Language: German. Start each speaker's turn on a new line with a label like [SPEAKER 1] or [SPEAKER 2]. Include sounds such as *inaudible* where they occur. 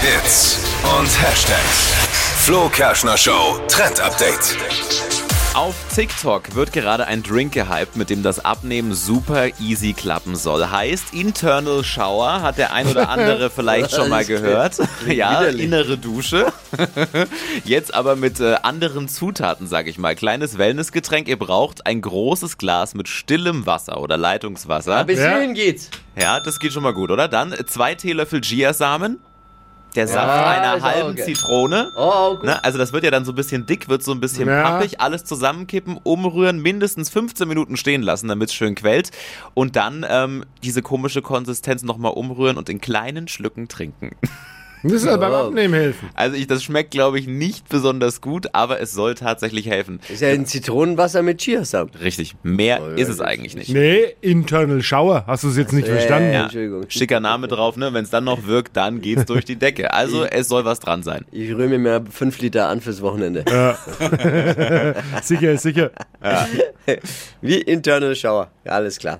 [SPEAKER 1] Hits und Hashtags. Flo Kerschner Show Trend Update.
[SPEAKER 2] Auf TikTok wird gerade ein Drink gehypt, mit dem das Abnehmen super easy klappen soll. Heißt Internal Shower, hat der ein oder
[SPEAKER 3] *laughs*
[SPEAKER 2] andere vielleicht schon mal gehört. *laughs* Ja, innere Dusche. *laughs* Jetzt aber mit äh, anderen Zutaten, sag ich mal. Kleines Wellnessgetränk, ihr braucht ein großes Glas mit stillem Wasser oder Leitungswasser.
[SPEAKER 3] Bis
[SPEAKER 4] Ja.
[SPEAKER 3] hierhin geht's.
[SPEAKER 2] Ja, das geht schon mal gut, oder? Dann äh, zwei Teelöffel Chiasamen, der Saft einer
[SPEAKER 3] ist auch
[SPEAKER 2] halben
[SPEAKER 3] okay.
[SPEAKER 2] Zitrone.
[SPEAKER 3] Oh, gut.
[SPEAKER 2] Ne? Also das wird ja dann so ein bisschen dick, wird so ein bisschen
[SPEAKER 4] Ja.
[SPEAKER 2] pappig, alles zusammenkippen, umrühren, mindestens 15 Minuten stehen lassen, damit es schön quält. Und dann ähm, diese komische Konsistenz nochmal umrühren und in kleinen Schlücken trinken.
[SPEAKER 4] Das soll beim Abnehmen helfen.
[SPEAKER 2] Also ich, das schmeckt, glaube ich, nicht besonders gut, aber es soll tatsächlich helfen.
[SPEAKER 3] Ist ja ein Zitronenwasser mit Chiasamen.
[SPEAKER 2] Richtig, mehr
[SPEAKER 3] Oh, ja,
[SPEAKER 2] ist es
[SPEAKER 3] das-
[SPEAKER 2] eigentlich nicht.
[SPEAKER 4] Nee, Internal Shower. Hast du es jetzt nicht verstanden?
[SPEAKER 3] Ja,
[SPEAKER 2] Ja.
[SPEAKER 3] Entschuldigung.
[SPEAKER 2] Schicker Name drauf, ne? Wenn es dann noch wirkt, dann geht's durch die Decke. Also es soll was dran sein.
[SPEAKER 3] Ich rühre mir mal 5 Liter an fürs Wochenende.
[SPEAKER 4] Sicher, sicher.
[SPEAKER 3] Wie Internal Shower. Ja, alles klar.